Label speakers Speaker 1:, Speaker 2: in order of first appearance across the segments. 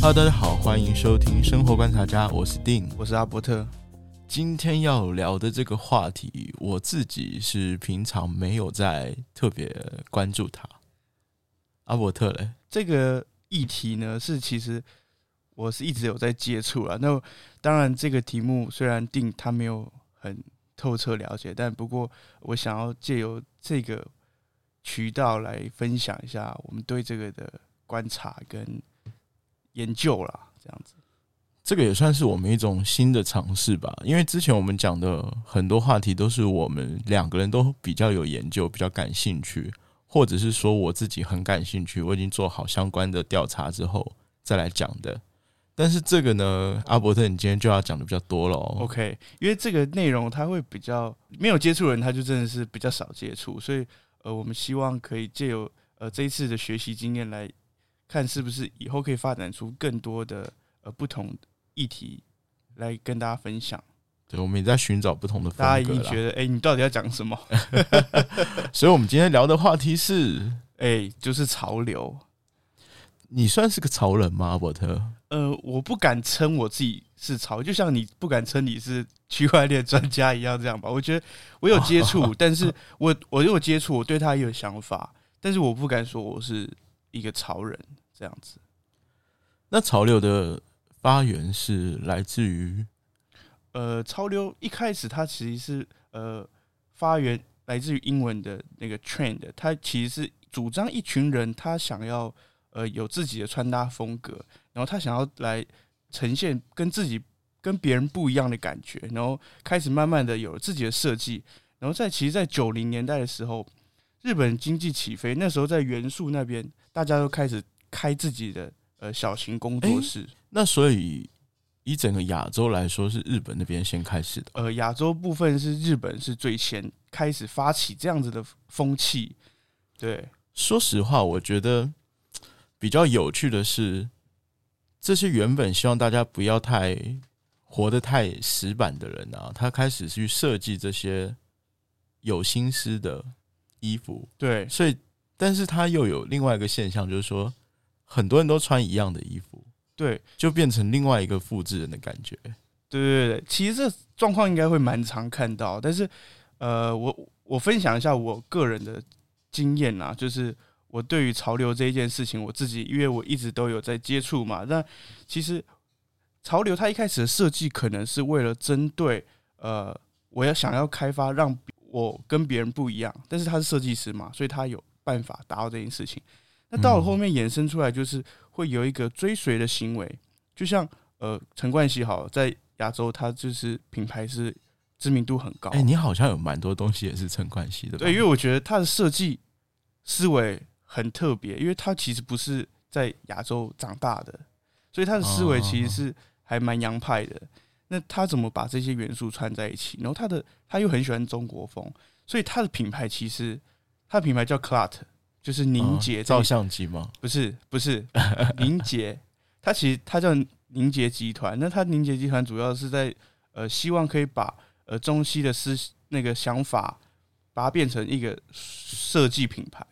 Speaker 1: Hello，大家好，欢迎收听生活观察家，我是丁。
Speaker 2: 我是阿伯特。
Speaker 1: 今天要聊的这个话题，我自己是平常没有在特别关注它。阿伯特嘞，
Speaker 2: 这个议题呢，是其实我是一直有在接触了。那当然，这个题目虽然定他没有很透彻了解，但不过我想要借由这个渠道来分享一下我们对这个的观察跟研究啦，这样子。
Speaker 1: 这个也算是我们一种新的尝试吧，因为之前我们讲的很多话题都是我们两个人都比较有研究、比较感兴趣，或者是说我自己很感兴趣，我已经做好相关的调查之后再来讲的。但是这个呢，阿伯特，你今天就要讲的比较多了哦。
Speaker 2: OK，因为这个内容它会比较没有接触的人，他就真的是比较少接触，所以呃，我们希望可以借由呃这一次的学习经验来看，是不是以后可以发展出更多的呃不同议题来跟大家分享。
Speaker 1: 对，我们也在寻找不同的风格
Speaker 2: 大
Speaker 1: 啦。
Speaker 2: 家一定觉得，哎、你到底要讲什么？
Speaker 1: 所以，我们今天聊的话题是
Speaker 2: 哎、就是潮流。
Speaker 1: 你算是个潮人吗，阿伯特？
Speaker 2: 呃，我不敢称我自己是潮，就像你不敢称你是区块链专家一样，这样吧。我觉得我有接触，但是我我有接触，我对他也有想法，但是我不敢说我是一个潮人这样子。
Speaker 1: 那潮流的发源是来自于
Speaker 2: 呃，潮流一开始它其实是呃发源来自于英文的那个 trend，它其实是主张一群人他想要呃有自己的穿搭风格，然后他想要来呈现跟自己跟别人不一样的感觉，然后开始慢慢的有了自己的设计，然后在其实，在九零年代的时候，日本经济起飞，那时候在元素那边，大家都开始开自己的呃小型工作
Speaker 1: 诶
Speaker 2: 室。
Speaker 1: 那，所以以整个亚洲来说，是日本那边先开始的。
Speaker 2: 呃，亚洲部分是日本是最先开始发起这样子的风气，对，
Speaker 1: 说实话，我觉得比较有趣的是，这些原本希望大家不要太活得太死板的人啊，他开始去设计这些有心思的衣服，
Speaker 2: 对，
Speaker 1: 所以，但是他又有另外一个现象，就是说，很多人都穿一样的衣服，
Speaker 2: 对，
Speaker 1: 就变成另外一个复制人的感觉。
Speaker 2: 对对对，其实这状况应该会蛮常看到，但是呃，我我分享一下我个人的经验啊，就是我对于潮流这一件事情，我自己因为我一直都有在接触嘛，那其实潮流它一开始的设计可能是为了针对呃，我要想要开发让我跟别人不一样，但是他是设计师嘛，所以他有办法达到这件事情。那到了后面衍生出来，就是会有一个追随的行为，就像呃陈冠希好了在亚洲，他就是品牌是知名度很高，
Speaker 1: 哎、你好像有蛮多东西也是陈冠希的吧，
Speaker 2: 哦对，因为我觉得他的设计思维很特别，因为他其实不是在亚洲长大的，所以他的思维其
Speaker 1: 哦
Speaker 2: 实是还蛮洋派的。那他怎么把这些元素串在一起？然后他的他又很喜欢中国风，所以他的品牌其实他的品牌叫 Clut，就是凝结
Speaker 1: 嗯
Speaker 2: 这一
Speaker 1: 照相机吗？
Speaker 2: 不是不 是凝结，它其实它叫凝结集团。那它凝结集团主要是在呃，希望可以把呃中西的思那个想法，把它变成一个设计品牌。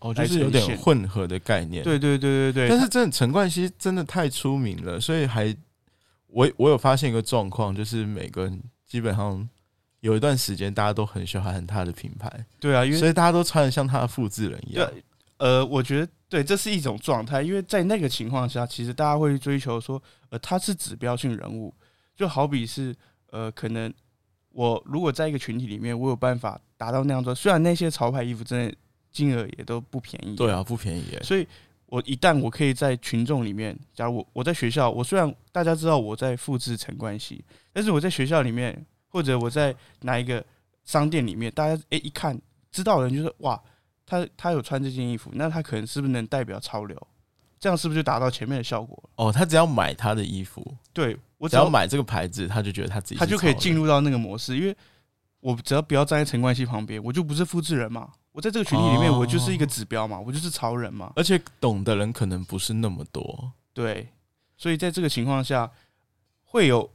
Speaker 1: 哦，就
Speaker 2: 来
Speaker 1: 是有
Speaker 2: 呈
Speaker 1: 点
Speaker 2: 现
Speaker 1: 混合的概念。，
Speaker 2: 对对对对
Speaker 1: 但
Speaker 2: 对，
Speaker 1: 是真的陈冠希真的太出名了，所以还我我有发现一个状况，就是每个人基本上有一段时间大家都很喜欢他的品牌，
Speaker 2: 对啊，因为
Speaker 1: 所以大家都穿的像他的复制人一样。
Speaker 2: 对，呃，我觉得对，这是一种状态，因为在那个情况下，其实大家会追求说，呃，他是指标性人物，就好比是呃，可能我如果在一个群体里面，我有办法达到那样做，虽然那些潮牌衣服真的金额也都不便宜，
Speaker 1: 对啊，不便宜耶。
Speaker 2: 所以我一旦我可以在群众里面，假如我我在学校，我虽然大家知道我在复制陈冠希，但是我在学校里面，或者我在哪一个商店里面，大家诶、一看知道的人就是哇，他他有穿这件衣服，那他可能是不是能代表潮流？这样是不是就达到前面的效果了？
Speaker 1: 哦，他只要买他的衣服，
Speaker 2: 对我
Speaker 1: 只要买这个牌子，他就觉得他自己
Speaker 2: 他就可以
Speaker 1: 是潮
Speaker 2: 进
Speaker 1: 人
Speaker 2: 入到那个模式，因为我只要不要站在陈冠希旁边，我就不是复制人嘛。我在这个群体里面，
Speaker 1: 哦
Speaker 2: 我就是一个指标嘛，我就是潮人嘛。
Speaker 1: 而且懂的人可能不是那么多。
Speaker 2: 对，所以在这个情况下，会有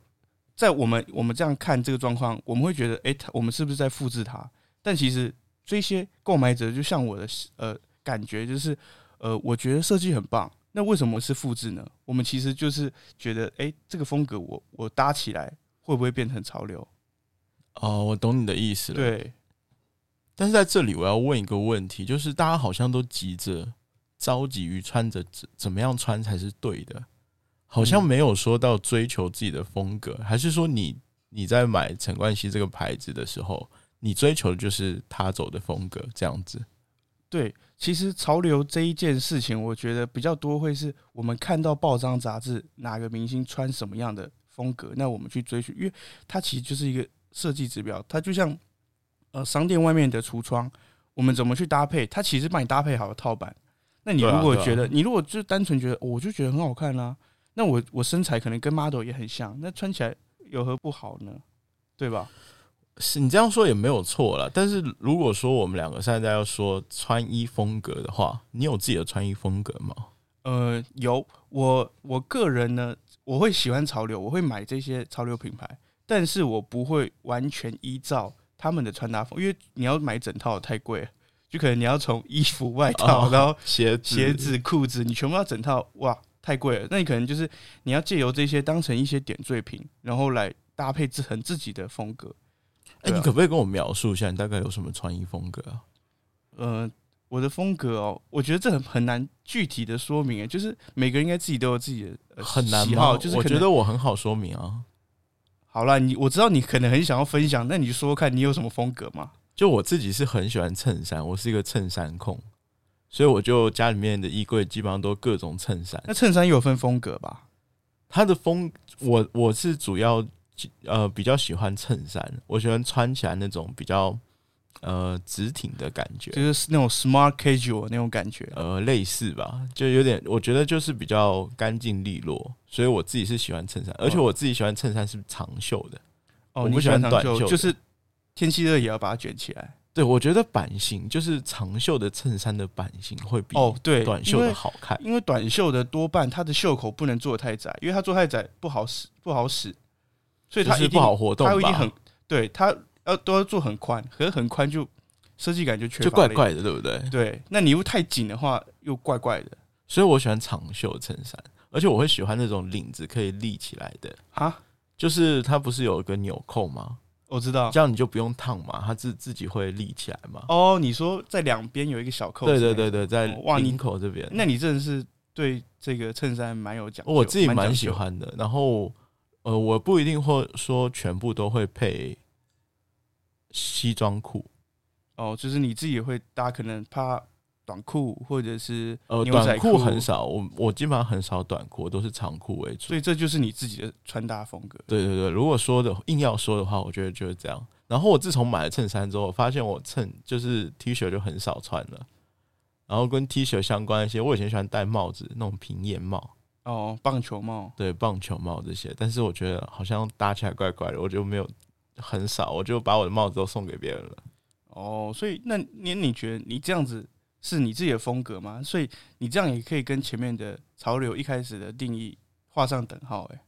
Speaker 2: 在我们我们这样看这个状况，我们会觉得，诶，他我们是不是在复制他？但其实这些购买者，就像我的呃感觉，就是呃，我觉得设计很棒，那为什么是复制呢？我们其实就是觉得，哎、这个风格我我搭起来会不会变成潮流？
Speaker 1: 哦，我懂你的意思了。，
Speaker 2: 对，
Speaker 1: 但是在这里我要问一个问题，就是大家好像都急着着急于穿着怎怎么样穿才是对的，好像
Speaker 2: 嗯
Speaker 1: 没有说到追求自己的风格，还是说你你在买陈冠希这个牌子的时候，你追求的就是他走的风格这样子？
Speaker 2: 对，其实潮流这一件事情，我觉得比较多会是我们看到报章杂志哪个明星穿什么样的风格，那我们去追寻，因为它其实就是一个设计指标，它就像呃商店外面的橱窗，我们怎么去搭配，它其实帮你搭配好了套版。那你
Speaker 1: 对啊
Speaker 2: 如果
Speaker 1: 对啊
Speaker 2: 觉得，你如果就单纯觉得、哦我就觉得很好看啦、那我我身材可能跟 model 也很像，那穿起来有何不好呢？对吧？
Speaker 1: 是你这样说也没有错了，但是如果说我们两个现在要说穿衣风格的话，你有自己的穿衣风格吗？
Speaker 2: 呃，有我我个人呢，我会喜欢潮流，我会买这些潮流品牌，但是我不会完全依照他们的穿搭风，因为你要买整套太贵了，就可能你要从衣服、外套，
Speaker 1: 哦
Speaker 2: 然后
Speaker 1: 鞋
Speaker 2: 鞋子、裤子，你全部要整套，哇，太贵了。那你可能就是你要借由这些当成一些点缀品，然后来搭配制衡自己的风格。
Speaker 1: 哎、
Speaker 2: 对啊
Speaker 1: 你可不可以跟我描述一下你大概有什么穿衣风格啊？
Speaker 2: 呃，我的风格哦，我觉得这很很难具体的说明，哎就是每个人应该自己都有自己的、呃
Speaker 1: 很难
Speaker 2: 喜
Speaker 1: 吗？
Speaker 2: 好，就是
Speaker 1: 我
Speaker 2: 可
Speaker 1: 觉
Speaker 2: 能
Speaker 1: 得我很好说明啊，
Speaker 2: 好啦，你我知道你可能很想要分享，那你就说说看你有什么风格嘛？
Speaker 1: 就我自己是很喜欢衬衫，我是一个衬衫控，所以我就家里面的衣柜基本上都各种衬衫。
Speaker 2: 那衬衫也有分风格吧？
Speaker 1: 它的风，我我是主要呃比较喜欢衬衫，我喜欢穿起来那种比较呃直挺的感觉，
Speaker 2: 就是那种 smart casual 那种感觉。
Speaker 1: 呃类似吧，就有点我觉得就是比较干净利落，所以我自己是喜欢衬衫，而且我自己喜欢衬衫是长袖的。
Speaker 2: 哦，
Speaker 1: 我
Speaker 2: 你
Speaker 1: 不喜欢
Speaker 2: 长
Speaker 1: 短
Speaker 2: 袖
Speaker 1: 袖的
Speaker 2: 就是天气热也要把它卷起来。
Speaker 1: 对，我觉得版型就是长袖的衬衫的版型会比
Speaker 2: 哦，对，
Speaker 1: 短袖
Speaker 2: 因
Speaker 1: 的
Speaker 2: 为
Speaker 1: 好看。
Speaker 2: 因为短袖的多半它的袖口不能做太窄，因为它做太窄不好使，不好使，所以
Speaker 1: 就
Speaker 2: 它
Speaker 1: 是
Speaker 2: 一
Speaker 1: 不
Speaker 2: 定
Speaker 1: 好活动
Speaker 2: 它一定
Speaker 1: 吧，
Speaker 2: 很对，它要都要做很宽，可是很宽就设计感就缺乏
Speaker 1: 就怪
Speaker 2: 了一
Speaker 1: 怪的，对不对
Speaker 2: 点。？对，那你又太紧的话又怪怪的
Speaker 1: 所以我喜欢长袖衬衫，而且我会喜欢那种领子可以立起来的，
Speaker 2: 啊。
Speaker 1: 就是它不是有一个纽扣吗？
Speaker 2: 我知道
Speaker 1: 这样你就不用烫嘛，它自自己会立起来嘛。
Speaker 2: 哦，你说在两边有一个小扣子那
Speaker 1: 对
Speaker 2: 个，
Speaker 1: 对对对，在
Speaker 2: 哦哇你
Speaker 1: 领口这边，
Speaker 2: 那你真的是对这个衬衫蛮有讲究，
Speaker 1: 我自己蛮
Speaker 2: 讲
Speaker 1: 喜
Speaker 2: 究。
Speaker 1: 欢的。然后呃，我不一定会说全部都会配西装裤，
Speaker 2: 哦，就是你自己会搭，可能怕短裤或者是
Speaker 1: 呃，
Speaker 2: 牛仔
Speaker 1: 短裤
Speaker 2: 裤
Speaker 1: 很，少，我我基本上很少短裤，我都是长裤为主
Speaker 2: 所。以这就是你自己的穿搭风格。
Speaker 1: 对对对，如果说的硬要说的话，我觉得就是这样。然后我自从买了衬衫之后，我发现我衬就是 T 恤就很少穿了，然后跟 T 恤相关一些，我以前喜欢戴帽子，那种平檐帽，
Speaker 2: 哦，棒球帽，
Speaker 1: 对，棒球帽这些，但是我觉得好像搭起来怪怪的，我就没有很少，我就把我的帽子都送给别人了。
Speaker 2: 哦，所以那你你觉得你这样子是你自己的风格吗？所以你这样也可以跟前面的潮流一开始的定义画上等号、欸，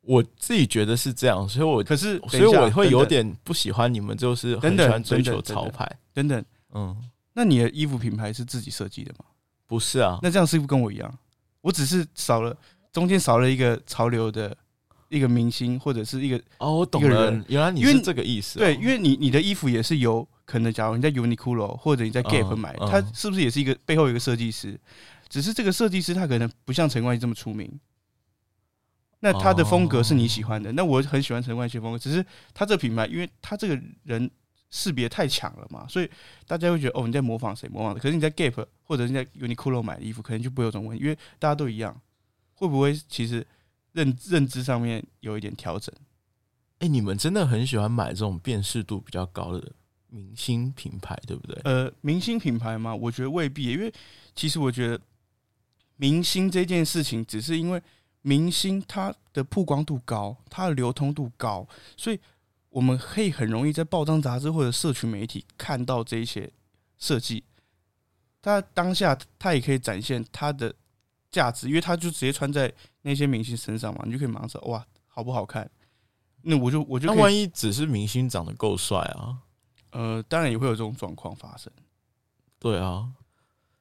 Speaker 1: 我自己觉得是这样，所以我
Speaker 2: 可是
Speaker 1: 所以我会有
Speaker 2: 点
Speaker 1: 点不喜欢你们，就是很喜
Speaker 2: 等等
Speaker 1: 欢追
Speaker 2: 等
Speaker 1: 求
Speaker 2: 等等
Speaker 1: 潮
Speaker 2: 等
Speaker 1: 牌，
Speaker 2: 等等，
Speaker 1: 嗯，
Speaker 2: 那你的衣服品牌是自己设计的吗？
Speaker 1: 不是啊，
Speaker 2: 那这样是不是跟我一样？我只是少了中间少了一个潮流的一个明星或者是一个
Speaker 1: 哦，我懂
Speaker 2: 一个
Speaker 1: 了
Speaker 2: 人，
Speaker 1: 原来你
Speaker 2: 因为
Speaker 1: 是
Speaker 2: 你
Speaker 1: 这个意思哦、
Speaker 2: 对，因为你你的衣服也是由可能假如你在 Uniqlo 或者你在 Gap
Speaker 1: 嗯
Speaker 2: 买，
Speaker 1: 嗯
Speaker 2: 它是不是也是一个背后有一个设计师？只是这个设计师他可能不像陈冠希这么出名。那他的风格是你喜欢的，那我很喜欢陈冠希的风格，只是他这个品牌，因为他这个人识别太强了嘛，所以大家会觉得哦你在模仿谁模仿的，可是你在 Gap 或者你在 Uniqlo 买的衣服，可能就不会有这种问题，因为大家都一样，会不会其实认认知上面有一点调整？
Speaker 1: 哎、你们真的很喜欢买这种辨识度比较高的明星品牌，对不对？
Speaker 2: 呃，明星品牌嘛，我觉得未必，因为其实我觉得明星这件事情，只是因为明星它的曝光度高，它的流通度高，所以我们可以很容易在报章杂志或者社群媒体看到这一些设计。它当下它也可以展现它的价值，因为它就直接穿在那些明星身上嘛，你就可以马上说哇，好不好看？那我就我就
Speaker 1: 那
Speaker 2: 可以
Speaker 1: 万一只是明星长得够帅啊？
Speaker 2: 呃，当然也会有这种状况发生。
Speaker 1: 对啊，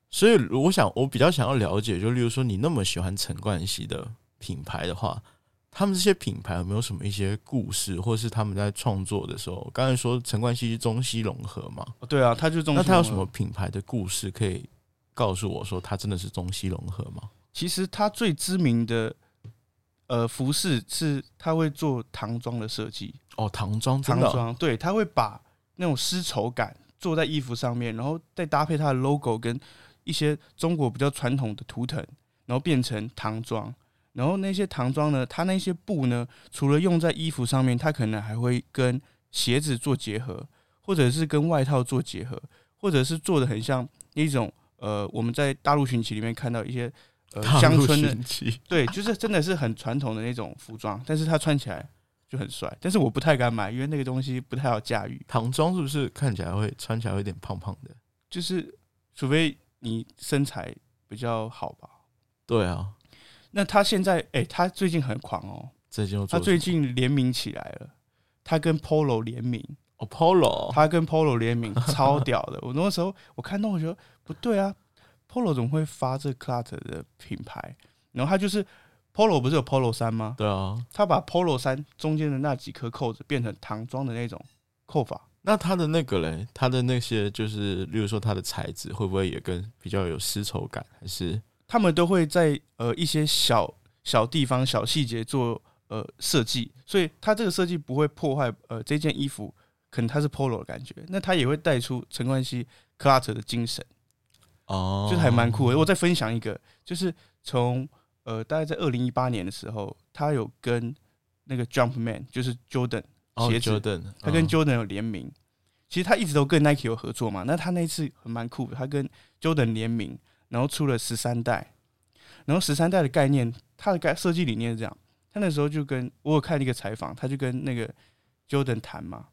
Speaker 1: 所以我想，我比较想要了解，就例如说，你那么喜欢陈冠希的品牌的话，他们这些品牌有没有什么一些故事，或是他们在创作的时候，刚才说陈冠希是中西融合嘛？
Speaker 2: 哦对啊，他就是中西
Speaker 1: 那
Speaker 2: 融合。
Speaker 1: 他有什么品牌的故事可以告诉我说，他真的是中西融合吗？
Speaker 2: 其实他最知名的呃服饰是他会做唐装的设计，
Speaker 1: 哦，唐装，真
Speaker 2: 唐
Speaker 1: 的哦
Speaker 2: 装啊对，他会把那种丝绸感做在衣服上面，然后再搭配他的 logo 跟一些中国比较传统的图腾，然后变成唐装。然后那些唐装呢，它那些布呢，除了用在衣服上面，它可能还会跟鞋子做结合，或者是跟外套做结合，或者是做的很像那种呃，我们在大陆寻奇里面看到一些呃
Speaker 1: 大
Speaker 2: 乡
Speaker 1: 陆
Speaker 2: 村的
Speaker 1: 寻奇
Speaker 2: 对，就是真的是很传统的那种服装，但是他穿起来就很帅。但是我不太敢买，因为那个东西不太好驾驭，
Speaker 1: 唐装是不是看起来会穿起来会有点胖胖的？
Speaker 2: 就是除非你身材比较好吧。
Speaker 1: 对啊，
Speaker 2: 那他现在，哎、他最近很狂哦，
Speaker 1: 这件又做
Speaker 2: 他
Speaker 1: 了
Speaker 2: 最
Speaker 1: 什么
Speaker 2: 近联名起来了，他跟 Polo 联名，
Speaker 1: 哦 Polo，
Speaker 2: 他跟 Polo 联名超屌的。我那时候我看到，我觉得不对啊，Polo 怎么会发这 Clut 的品牌？然后他就是 Polo 不是有 Polo 衫吗？
Speaker 1: 对啊，
Speaker 2: 他把 polo 衫中间的那几颗扣子变成唐装的那种扣法，
Speaker 1: 那它的那个嘞，它的那些就是，例如说它的材质会不会也跟比较有丝绸感，还是
Speaker 2: 他们都会在呃一些小小地方、小细节做呃设计，所以它这个设计不会破坏呃这件衣服，可能它是 polo 的感觉，那它也会带出陈冠希 clutter 的精神，
Speaker 1: 哦
Speaker 2: 就是还蛮酷的。我再分享一个，就是从呃大概在二零一八年的时候，他有跟那个 Jumpman，就是 Jordan
Speaker 1: 哦
Speaker 2: 鞋子
Speaker 1: Jordan，
Speaker 2: 他跟
Speaker 1: 嗯
Speaker 2: Jordan 有联名。其实他一直都跟 Nike 有合作嘛，那他那一次很蛮酷的，他跟 Jordan 联名，然后出了十三代，然后十三代的概念，他的概设计理念是这样，他那时候就跟我有看一个采访，他就跟那个 Jordan 谈嘛，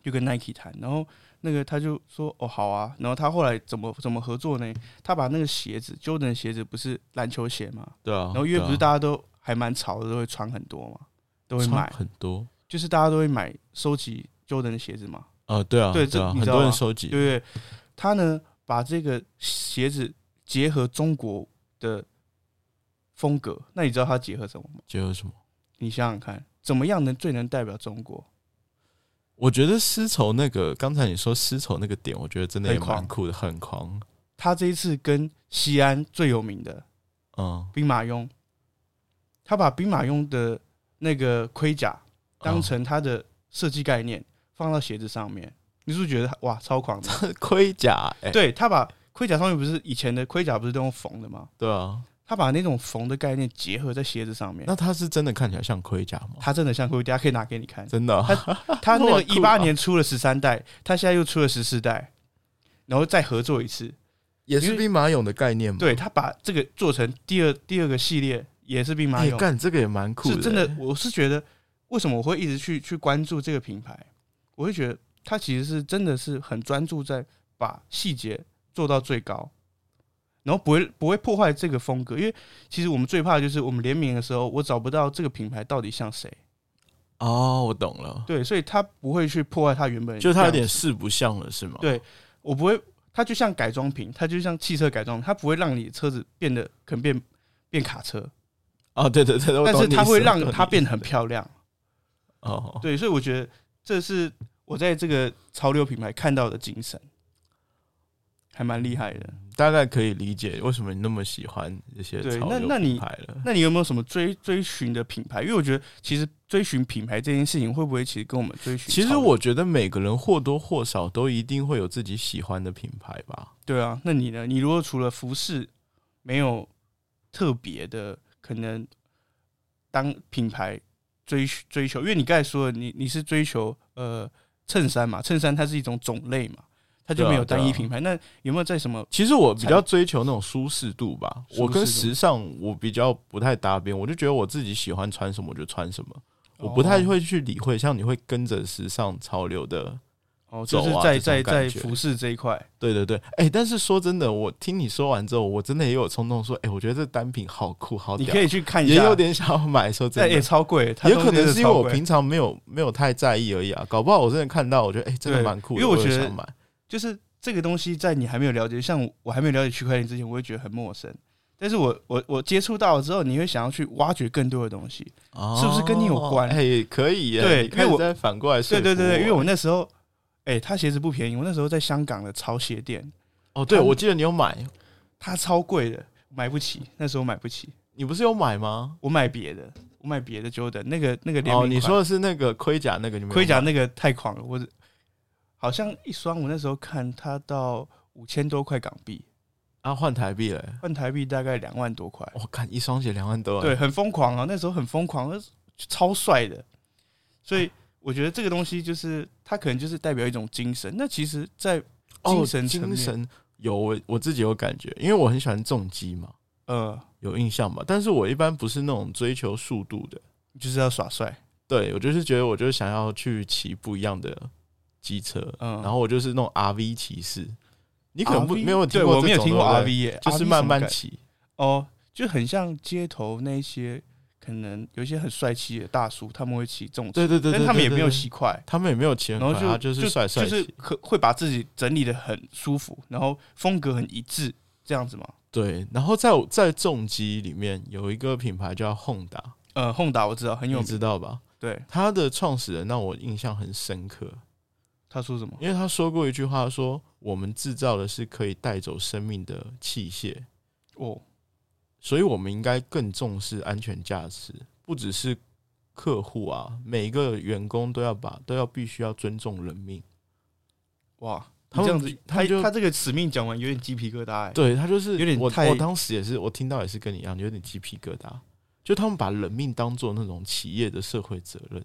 Speaker 2: 就跟 Nike 谈，然后那个他就说哦好啊，然后他后来怎么怎么合作呢？他把那个鞋子 Jordan 的鞋子不是篮球鞋嘛，
Speaker 1: 对啊，
Speaker 2: 然后因为不
Speaker 1: 对
Speaker 2: 是
Speaker 1: 啊
Speaker 2: 大家都还蛮潮的，都会穿很多嘛，都会
Speaker 1: 穿
Speaker 2: 买，
Speaker 1: 啊很多，
Speaker 2: 就是大家都会买收集 Jordan 的鞋子嘛，
Speaker 1: 啊，对啊，
Speaker 2: 对
Speaker 1: 对啊，
Speaker 2: 这你
Speaker 1: 很
Speaker 2: 知道
Speaker 1: 多人
Speaker 2: 吗
Speaker 1: 收集，
Speaker 2: 对不对？他呢把这个鞋子结合中国的风格，那你知道他结合什么吗？
Speaker 1: 结合什么？
Speaker 2: 你想想看，怎么样能最能代表中国？
Speaker 1: 我觉得丝绸那个，刚才你说丝绸那个点，我觉得真的
Speaker 2: 很
Speaker 1: 也蛮
Speaker 2: 狂
Speaker 1: 酷的，很狂，
Speaker 2: 他这一次跟西安最有名的
Speaker 1: 嗯，
Speaker 2: 兵马俑，他把兵马俑的那个盔甲
Speaker 1: 哦
Speaker 2: 当成他的设计概念，放到鞋子上面，你是不是觉得他哇超狂的？
Speaker 1: 哦 盔甲，哎，
Speaker 2: 对他把盔甲上面不是以前的盔甲不是都用缝的吗？
Speaker 1: 对啊，
Speaker 2: 他把那种缝的概念结合在鞋子上面，
Speaker 1: 那它是真的看起来像盔甲吗？
Speaker 2: 它真的像盔甲，可以拿给你看。
Speaker 1: 真的啊，
Speaker 2: 它那
Speaker 1: 哇
Speaker 2: 个
Speaker 1: 酷
Speaker 2: 一
Speaker 1: 啊
Speaker 2: 八年出了十三代，它现在又出了十四代，然后再合作一次。
Speaker 1: 也
Speaker 2: 因
Speaker 1: 是
Speaker 2: 为
Speaker 1: 兵马俑的概念吗？
Speaker 2: 对，他把这个做成第二第二个系列，也是兵马
Speaker 1: 哎，
Speaker 2: 俑，
Speaker 1: 干这个也蛮酷
Speaker 2: 是
Speaker 1: 的，
Speaker 2: 真的。我是觉得，为什么我会一直去去关注这个品牌？我会觉得它其实是真的是很专注在把细节做到最高。然后不会不会破坏这个风格，因为其实我们最怕的就是我们联名的时候，我找不到这个品牌到底像谁，
Speaker 1: 哦，我懂了，
Speaker 2: 对，所以他不会去破坏他原本的样子，
Speaker 1: 就是它有点四不像了，是吗？
Speaker 2: 对我不会，它就像改装品，它就像汽车改装品，它不会让你车子变得很变变卡车，
Speaker 1: 哦，对对对，我
Speaker 2: 但
Speaker 1: 懂
Speaker 2: 是
Speaker 1: 你
Speaker 2: 它
Speaker 1: 意思
Speaker 2: 会
Speaker 1: 我
Speaker 2: 让
Speaker 1: 懂
Speaker 2: 它
Speaker 1: 你意
Speaker 2: 变
Speaker 1: 思
Speaker 2: 得很漂亮。
Speaker 1: 哦，
Speaker 2: 对，所以我觉得这是我在这个潮流品牌看到的精神，还蛮厉害的。
Speaker 1: 大概可以理解为什么你那么喜欢这些
Speaker 2: 对
Speaker 1: 潮
Speaker 2: 那
Speaker 1: 流
Speaker 2: 那你
Speaker 1: 品牌了。
Speaker 2: 那你有没有什么追追寻的品牌？因为我觉得其实追寻品牌这件事情会不会其实跟我们追寻
Speaker 1: 其
Speaker 2: 潮
Speaker 1: 实
Speaker 2: 流
Speaker 1: 我觉得每个人或多或少都一定会有自己喜欢的品牌吧。
Speaker 2: 对啊，那你呢？你如果除了服饰没有特别的，可能当品牌追寻追求，因为你刚才说的，你你是追求呃衬衫嘛，衬衫它是一种种类嘛，它就
Speaker 1: 对啊
Speaker 2: 没有单
Speaker 1: 对
Speaker 2: 一
Speaker 1: 啊
Speaker 2: 品牌。那有没有在什么？
Speaker 1: 其实我比
Speaker 2: 才
Speaker 1: 较追求那种舒适度吧，
Speaker 2: 舒适度
Speaker 1: 我跟时尚我比较不太搭边，我就觉得我自己喜欢穿什么我就穿什么，我不太会去理会像你会跟着时尚潮流的。
Speaker 2: 哦，就是
Speaker 1: 走啊
Speaker 2: 在
Speaker 1: 这种
Speaker 2: 在在
Speaker 1: 感觉
Speaker 2: 服饰这一块，
Speaker 1: 对对对，哎、但是说真的，我听你说完之后，我真的也有冲动说，哎、我觉得这单品好酷，好
Speaker 2: 你
Speaker 1: 屌，
Speaker 2: 可以去看一下。
Speaker 1: 也有点想要买。说真
Speaker 2: 但
Speaker 1: 的，
Speaker 2: 也超贵，它
Speaker 1: 也
Speaker 2: 东
Speaker 1: 可
Speaker 2: 西
Speaker 1: 能是因为
Speaker 2: 超
Speaker 1: 我
Speaker 2: 贵
Speaker 1: 平常没有没有太在意而已啊，搞不好我真的看到，我觉得哎、真的
Speaker 2: 对
Speaker 1: 蛮酷的，
Speaker 2: 因为我
Speaker 1: 也
Speaker 2: 觉得
Speaker 1: 想买。
Speaker 2: 就是这个东西在你还没有了解，像我还没有了解区块链之前，我会觉得很陌生。但是我我我接触到了之后，你会想要去挖掘更多的东西。
Speaker 3: 哦
Speaker 2: 是不是跟你有关
Speaker 1: 哎，可以耶，
Speaker 2: 对
Speaker 1: 你开
Speaker 2: 因为
Speaker 1: 始
Speaker 2: 我
Speaker 1: 在反过来说
Speaker 2: 对
Speaker 1: 服，
Speaker 2: 对对对，因为我那时候，哎、他鞋子不便宜，我那时候在香港的潮鞋店，
Speaker 1: 哦，对，我记得你有买，
Speaker 2: 它超贵的，买不起，那时候买不起，
Speaker 1: 你不是有买吗？
Speaker 2: 我买别的，我买别的 Jordan 那个那个联名
Speaker 1: 哦，
Speaker 2: 款
Speaker 1: 你说的是那个盔甲那个，你没有
Speaker 2: 盔甲
Speaker 1: 买
Speaker 2: 那个太狂了，我只好像一双，我那时候看它到五千多块港币，
Speaker 1: 啊，换台币嘞。
Speaker 2: 换台币大概两万多块，
Speaker 1: 我看一双鞋两万多，
Speaker 2: 对，，很疯狂啊，那时候很疯狂，那是超帅的，所以。我觉得这个东西就是它可能就是代表一种精神。那其实，在
Speaker 1: 哦，
Speaker 2: 精神层
Speaker 1: 精
Speaker 2: 面
Speaker 1: 神有我我自己有感觉，因为我很喜欢重击嘛，
Speaker 2: 呃，
Speaker 1: 有印象吧？但是我一般不是那种追求速度的，
Speaker 2: 就是要耍帅，
Speaker 1: 对我就是觉得我就是想要去骑不一样的机车，
Speaker 2: 嗯
Speaker 1: 然后我就是那种 RV 骑士，你可能不
Speaker 2: RV
Speaker 1: 没有
Speaker 2: 对
Speaker 1: 听过这种，
Speaker 2: 我没有听过
Speaker 1: 对
Speaker 2: RV
Speaker 1: 不对
Speaker 2: 耶，
Speaker 1: 就是慢慢骑，
Speaker 2: 哦，就很像街头那一些可能有一些很帅气的大叔，他们会骑这种车，
Speaker 1: 对对对，
Speaker 2: 但
Speaker 1: 对
Speaker 2: 他们也没有，
Speaker 1: 对对
Speaker 2: 骑快，
Speaker 1: 他们也没有骑很
Speaker 2: 然
Speaker 1: 快，
Speaker 2: 后就
Speaker 1: 他就是帅帅
Speaker 2: 就是
Speaker 1: 骑，
Speaker 2: 可会把自己整理的很舒服，然后风格很一致，这样子嘛。
Speaker 1: 对。然后在我在重机里面有一个品牌叫 Honda，
Speaker 2: 呃，Honda 我知道很有
Speaker 1: 你
Speaker 2: 名，
Speaker 1: 知道吧？
Speaker 2: 对，
Speaker 1: 他的创始人让我印象很深刻，
Speaker 2: 他说什么？
Speaker 1: 因为他说过一句话说我们制造的是可以带走生命的器械，
Speaker 2: 哦，
Speaker 1: 所以我们应该更重视安全价值，不只是客户啊，每一个员工都要把都要必须要尊重人命。
Speaker 2: 哇，
Speaker 1: 他
Speaker 2: 他
Speaker 1: 们
Speaker 2: 这样子，
Speaker 1: 他
Speaker 2: 他
Speaker 1: 就
Speaker 2: 他这个使命讲完有点鸡皮疙瘩、欸，
Speaker 1: 对他就是
Speaker 2: 有点
Speaker 1: 我
Speaker 2: 太
Speaker 1: 我当时也是我听到也是跟你一样有点鸡皮疙瘩，就他们把人命当做那种企业的社会责任。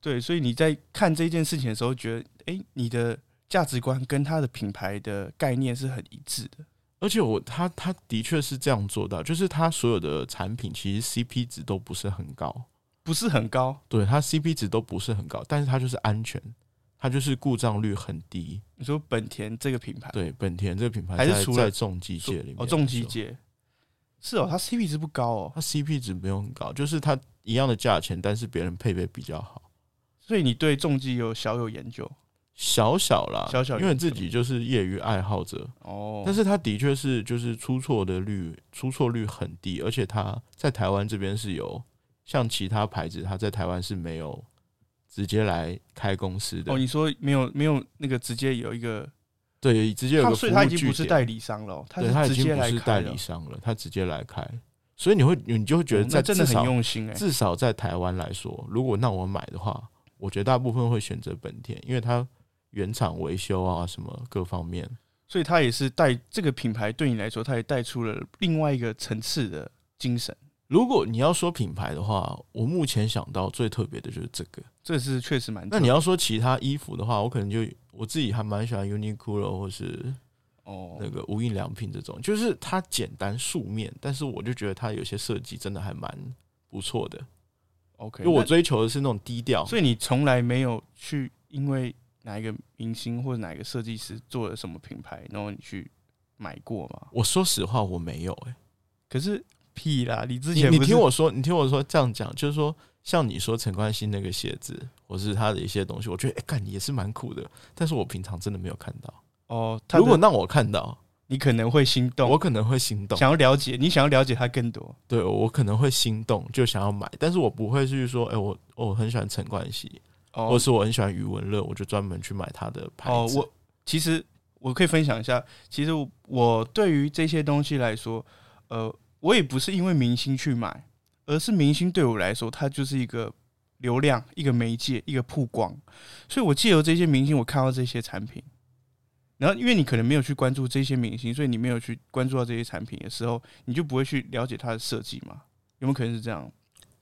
Speaker 2: 对，所以你在看这件事情的时候，觉得哎、诶你的价值观跟他的品牌的概念是很一致的。
Speaker 1: 而且我他他的确是这样做到，就是他所有的产品其实 CP 值都不是很高，
Speaker 2: 不是很高，
Speaker 1: 对它 CP 值都不是很高，但是它就是安全，它就是故障率很低。
Speaker 2: 你说本田这个品牌，
Speaker 1: 对，本田这个品牌
Speaker 2: 还是
Speaker 1: 在
Speaker 2: 除了
Speaker 1: 在重机界里面
Speaker 2: 哦，重机
Speaker 1: 来说，
Speaker 2: 界是哦，它 CP 值不高哦，
Speaker 1: 它 CP 值没有很高，就是它一样的价钱，但是别人配备比较好，
Speaker 2: 所以你对重机有小有研究
Speaker 1: 小小啦，
Speaker 2: 小小
Speaker 1: 因为
Speaker 2: 研究
Speaker 1: 自己就是业余爱好者，
Speaker 2: 哦。
Speaker 1: 但是它的确是就是出错的率出错率很低，而且它在台湾这边是有像其他牌子，它在台湾是没有直接来开公司的，
Speaker 2: 哦，你说没有没有那个直接有一个，
Speaker 1: 对，直接有
Speaker 2: 它
Speaker 1: 个
Speaker 2: 所
Speaker 1: 服
Speaker 2: 以它
Speaker 1: 务
Speaker 2: 已经
Speaker 1: 据
Speaker 2: 不是
Speaker 1: 点。
Speaker 2: 代理商了哦，它
Speaker 1: 对他
Speaker 2: 直
Speaker 1: 已
Speaker 2: 接
Speaker 1: 经不
Speaker 2: 来
Speaker 1: 是
Speaker 2: 开
Speaker 1: 代
Speaker 2: 的哦
Speaker 1: 理，商了，他直接来开，所以你会你就会觉得
Speaker 2: 哦
Speaker 1: 在
Speaker 2: 那真的
Speaker 1: 至
Speaker 2: 很
Speaker 1: 少、
Speaker 2: 用心哎，
Speaker 1: 至少在台湾来说，如果让我买的话，我觉得大部分会选择本田，因为它原厂维修啊什么各方面，
Speaker 2: 所以它也是带这个品牌对你来说，它也带出了另外一个层次的精神，
Speaker 1: 如果你要说品牌的话，我目前想到最特别的就是这个。
Speaker 2: 这是确实蛮特别。
Speaker 1: 那你要说其他衣服的话，我可能就我自己还蛮喜欢 Uniqlo 或是
Speaker 2: 哦
Speaker 1: 那个无印良品这种，就是它简单素面，但是我就觉得它有些设计真的还蛮不错的。
Speaker 2: ，OK，
Speaker 1: 因为我
Speaker 2: 那
Speaker 1: 追求的是那种低调，
Speaker 2: 所以你从来没有去因为哪一个明星或者哪一个设计师做了什么品牌，然后你去买过吗？
Speaker 1: 我说实话，我没有哎、
Speaker 2: 可是屁啦，你之
Speaker 1: 你
Speaker 2: 前
Speaker 1: 你
Speaker 2: 不是
Speaker 1: 听我说，你听我说这样讲，就是说，像你说陈冠希那个鞋子，或是他的一些东西，我觉得哎，干、你也是蛮酷的。但是我平常真的没有看到。
Speaker 2: 哦，他
Speaker 1: 如
Speaker 2: 如
Speaker 1: 果
Speaker 2: 果
Speaker 1: 让我看到，
Speaker 2: 你可能会心动，
Speaker 1: 我可能会心动。
Speaker 2: 想要了解，你想要了解他更多，
Speaker 1: 对我可能会心动，就想要买，但是我不会去说，哎、我我很喜欢陈冠希，
Speaker 2: 哦
Speaker 1: 或是我很喜欢余文乐，我就专门去买他的牌
Speaker 2: 哦，
Speaker 1: 子。
Speaker 2: 我其实我可以分享一下，其实我我对于这些东西来说，呃，我也不是因为明星去买，而是明星对我来说，它就是一个流量、一个媒介、一个曝光，所以我借由这些明星，我看到这些产品。然后，因为你可能没有去关注这些明星，所以你没有去关注到这些产品的时候，你就不会去了解它的设计嘛？有没有可能是这样？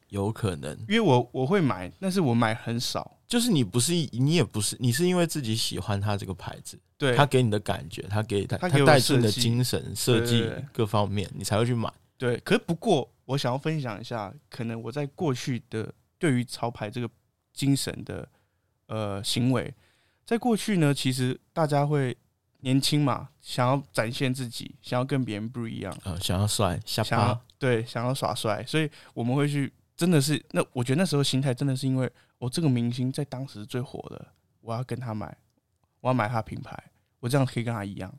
Speaker 1: 有可能
Speaker 2: 因为我我会买，但是我买很少。
Speaker 1: 就是你不是你也不是你是因为自己喜欢他这个牌子，
Speaker 2: 对，
Speaker 1: 他给你的感觉，他给他
Speaker 2: 他
Speaker 1: 他
Speaker 2: 给我
Speaker 1: 带出
Speaker 2: 设
Speaker 1: 你的
Speaker 2: 计
Speaker 1: 精神设
Speaker 2: 对
Speaker 1: 计
Speaker 2: 对对
Speaker 1: 各方面，你才会去买。
Speaker 2: 对，可是不过我想要分享一下，可能我在过去的对于潮牌这个精神的呃行为，在过去呢，其实大家会年轻嘛，想要展现自己，想要跟别人不一样，
Speaker 1: 呃，想要帅下
Speaker 2: 想
Speaker 1: 巴
Speaker 2: 要，对想要耍帅，所以我们会去，真的是那我觉得那时候心态真的是因为我、这个明星在当时最火的，我要跟他买，我要买他品牌，我这样可以跟他一样。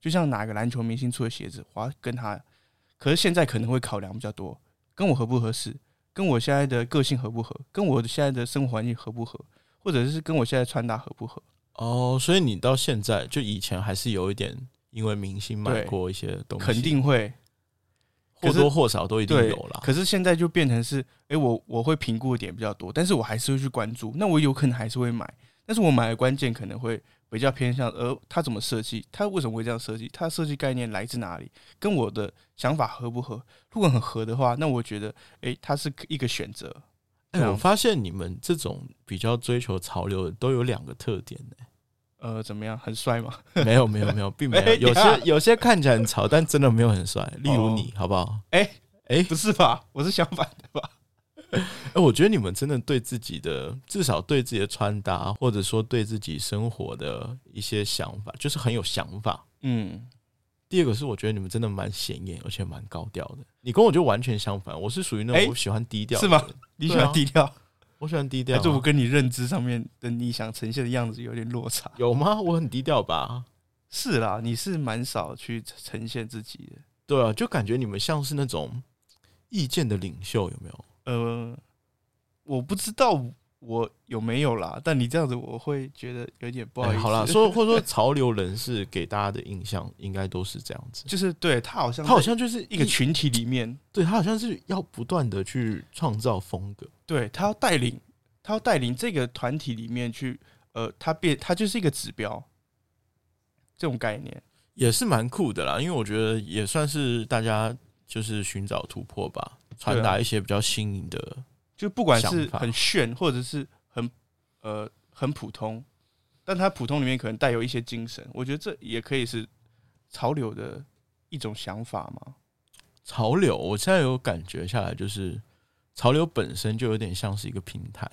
Speaker 2: 就像哪个篮球明星出的鞋子，我要跟他。可是现在可能会考量比较多，跟我合不合适，跟我现在的个性合不合，跟我现在的生活环境合不合，或者是跟我现在穿搭合不合。
Speaker 1: 哦，所以你到现在就以前还是有一点，因为明星买过一些东西，
Speaker 2: 肯定会，
Speaker 1: 或多或少都一定
Speaker 2: 对
Speaker 1: 有啦。
Speaker 2: 可是现在就变成是，诶，我我会评估的点比较多，但是我还是会去关注。那我有可能还是会买，但是我买的关键可能会比较偏向，呃，它怎么设计，它为什么会这样设计，它设计概念来自哪里，跟我的想法合不合。如果很合的话，那我觉得，诶，它是一个选择。
Speaker 1: 哎、
Speaker 2: 这样
Speaker 1: 我发现你们这种比较追求潮流的都有两个特点、
Speaker 2: 呃，怎么样？很帅吗？
Speaker 1: 欸、没有没有没有，并没有。
Speaker 2: 哎
Speaker 1: 有
Speaker 2: 呀
Speaker 1: 些有些看起来很潮，但真的没有很帅。例如你，
Speaker 2: 哦
Speaker 1: 好不好？
Speaker 2: 不是吧？我是相反的吧？
Speaker 1: 哎、我觉得你们真的对自己的，至少对自己的穿搭，或者说对自己生活的一些想法，就是很有想法。
Speaker 2: 嗯，
Speaker 1: 第二个是，我觉得你们真的蛮显眼，而且蛮高调的。你跟我就完全相反，我是属于那
Speaker 2: 哎
Speaker 1: 种我喜欢低调、
Speaker 2: 是吗？你喜
Speaker 1: 对
Speaker 2: 欢
Speaker 1: 啊
Speaker 2: 低调，
Speaker 1: 我喜欢低调、
Speaker 2: 还是我
Speaker 1: 啊。
Speaker 2: 跟你认知上面的你想呈现的样子有点落差？
Speaker 1: 有吗？我很低调吧？
Speaker 2: 是啦，你是蛮少去呈现自己的。
Speaker 1: 对啊，就感觉你们像是那种意见的领袖，有没有？
Speaker 2: 呃，我不知道我有没有啦，但你这样子我会觉得有点不好意
Speaker 1: 哎
Speaker 2: 思。
Speaker 1: 好啦，说或者说潮流人士给大家的印象应该都是这样 子。
Speaker 2: 就是对他好像
Speaker 1: 他好
Speaker 2: 在
Speaker 1: 像就是
Speaker 2: 一个群体里面，
Speaker 1: 对他好像是要不断的去创造风格。
Speaker 2: 对他要带领，他要带领这个团体里面去，呃，他变他就是一个指标，这种概念。
Speaker 1: 也是蛮酷的啦，因为我觉得也算是大家就是寻找突破吧，
Speaker 2: 啊
Speaker 1: 传达一些比较新颖的。
Speaker 2: 就不管是
Speaker 1: 想法
Speaker 2: 很炫或者是很呃很普通，但它普通里面可能带有一些精神，我觉得这也可以是潮流的一种想法嘛。
Speaker 1: 潮流，我现在有感觉下来，就是潮流本身就有点像是一个平台，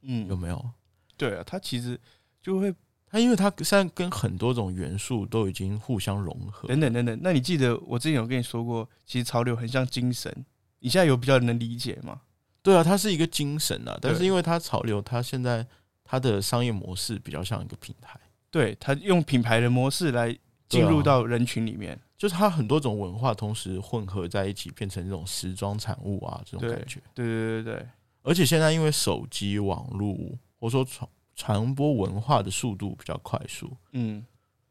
Speaker 1: 有
Speaker 2: 嗯，
Speaker 1: 没有？
Speaker 2: 对啊，它其实就会
Speaker 1: 它因为它现在跟很多种元素都已经互相融合。
Speaker 2: 等等等等。那你记得我之前有跟你说过，其实潮流很像精神，你现在有比较能理解吗？
Speaker 1: 对啊，它是一个精神啊，但是
Speaker 2: 对
Speaker 1: 因为它潮流，它现在它的商业模式比较像一个平台，
Speaker 2: 对，它用品牌的模式来
Speaker 1: 啊
Speaker 2: 进入到人群里面。
Speaker 1: 就是它很多种文化同时混合在一起，变成这种时装产物啊这种
Speaker 2: 对
Speaker 1: 感觉。
Speaker 2: 对对对对，
Speaker 1: 而且现在因为手机、网络或者说传传播文化的速度比较快速，
Speaker 2: 嗯，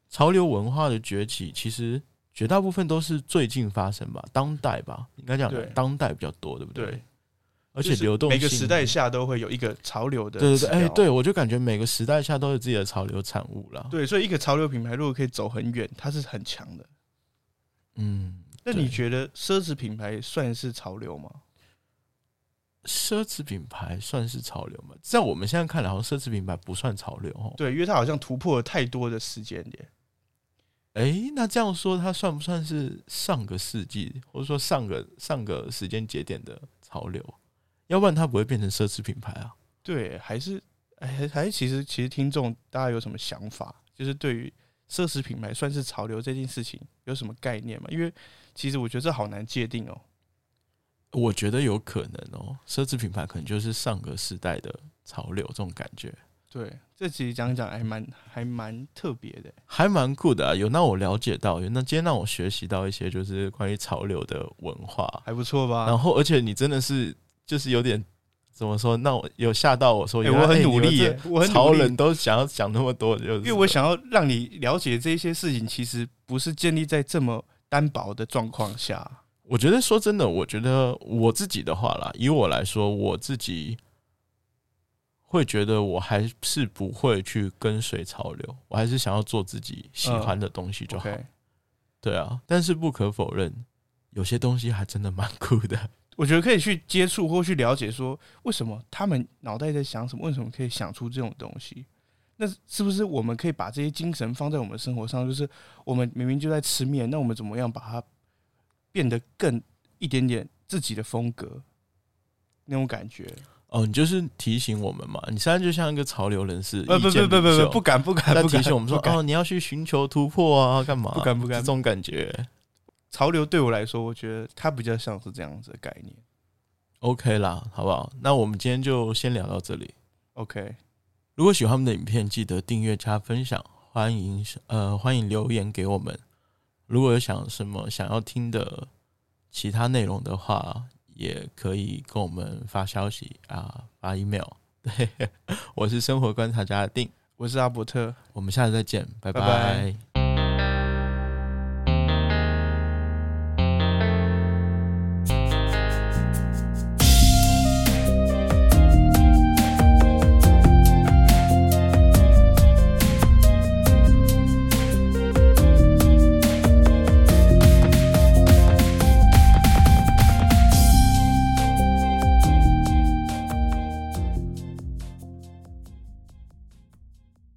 Speaker 1: 潮流文化的崛起其实绝大部分都是最近发生吧，当代吧，应该讲
Speaker 2: 对
Speaker 1: 当代比较多，对不对？
Speaker 2: 对，
Speaker 1: 而且
Speaker 2: 就是
Speaker 1: 流动
Speaker 2: 每
Speaker 1: 性
Speaker 2: 个时代下都会有一个潮流的哦
Speaker 1: 对对
Speaker 2: 指
Speaker 1: 对，
Speaker 2: 标。
Speaker 1: 哎、对我就感觉每个时代下都有自己的潮流产物啦。
Speaker 2: 对，所以一个潮流品牌如果可以走很远，它是很强的。
Speaker 1: 嗯，
Speaker 2: 那你
Speaker 1: 对
Speaker 2: 觉得奢侈品牌算是潮流吗？
Speaker 1: 奢侈品牌算是潮流吗？在我们现在看来，好像奢侈品牌不算潮流哦。
Speaker 2: 对，因为它好像突破了太多的时间点。
Speaker 1: 哎、那这样说，它算不算是上个世纪，或者说上个上个时间节点的潮流？要不然它不会变成奢侈品牌啊。
Speaker 2: 对，还是哎还还是其实其实听众大家有什么想法？就是对于奢侈品牌算是潮流这件事情有什么概念吗？因为其实我觉得这好难界定哦。
Speaker 1: 我觉得有可能哦，奢侈品牌可能就是上个时代的潮流，这种感觉
Speaker 2: 对，这其实讲讲还蛮还蛮特别的。
Speaker 1: 还蛮酷的啊。有让我了解到，有那今天让我学习到一些就是关于潮流的文化，
Speaker 2: 还不错吧？
Speaker 1: 然后而且你真的是就是有点怎么说？那我有吓到我说，
Speaker 2: 哎
Speaker 1: 原来
Speaker 2: 我很
Speaker 1: 哎
Speaker 2: 努
Speaker 1: 你们
Speaker 2: 力
Speaker 1: 这
Speaker 2: 耶我很努
Speaker 1: 潮
Speaker 2: 力
Speaker 1: 人都想要讲那么多，就是
Speaker 2: 因为我想要让你了解这些事情，其实不是建立在这么单薄的状况下。
Speaker 1: 我觉得说真的，我觉得我自己的话啦，以我来说，我自己会觉得我还是不会去跟随潮流，我还是想要做自己喜欢的东西就好。
Speaker 2: 嗯 OK，
Speaker 1: 对啊，但是不可否认，有些东西还真的蛮酷的。
Speaker 2: 我觉得可以去接触或去了解，说为什么他们脑袋在想什么，为什么可以想出这种东西？那是不是我们可以把这些精神放在我们生活上？就是我们明明就在吃面，那我们怎么样把它变得更一点点自己的风格那种感觉？
Speaker 1: 哦，你就是提醒我们嘛，你现在就像一个潮流人士，
Speaker 2: 呃，不
Speaker 1: 意见
Speaker 2: 不不
Speaker 1: 领
Speaker 2: 不
Speaker 1: 袖
Speaker 2: 不，不敢不敢
Speaker 1: 在
Speaker 2: 不敢
Speaker 1: 提醒我们说，
Speaker 2: 不敢
Speaker 1: 哦，你要去寻求突破啊，干嘛？
Speaker 2: 不敢不敢
Speaker 1: 这种感觉
Speaker 2: 潮流对我来说，我觉得它比较像是这样子的概念。
Speaker 1: OK 啦，好不好？那我们今天就先聊到这里。
Speaker 2: OK，
Speaker 1: 如果喜欢我们的影片，记得订阅加分享，欢迎呃欢迎留言给我们。如果有想什么想要听的其他内容的话，也可以跟我们发消息啊，发 email。对，我是生活观察家的定，
Speaker 2: 我是阿伯特。
Speaker 1: 我们下次再见，拜
Speaker 2: 拜拜
Speaker 1: 拜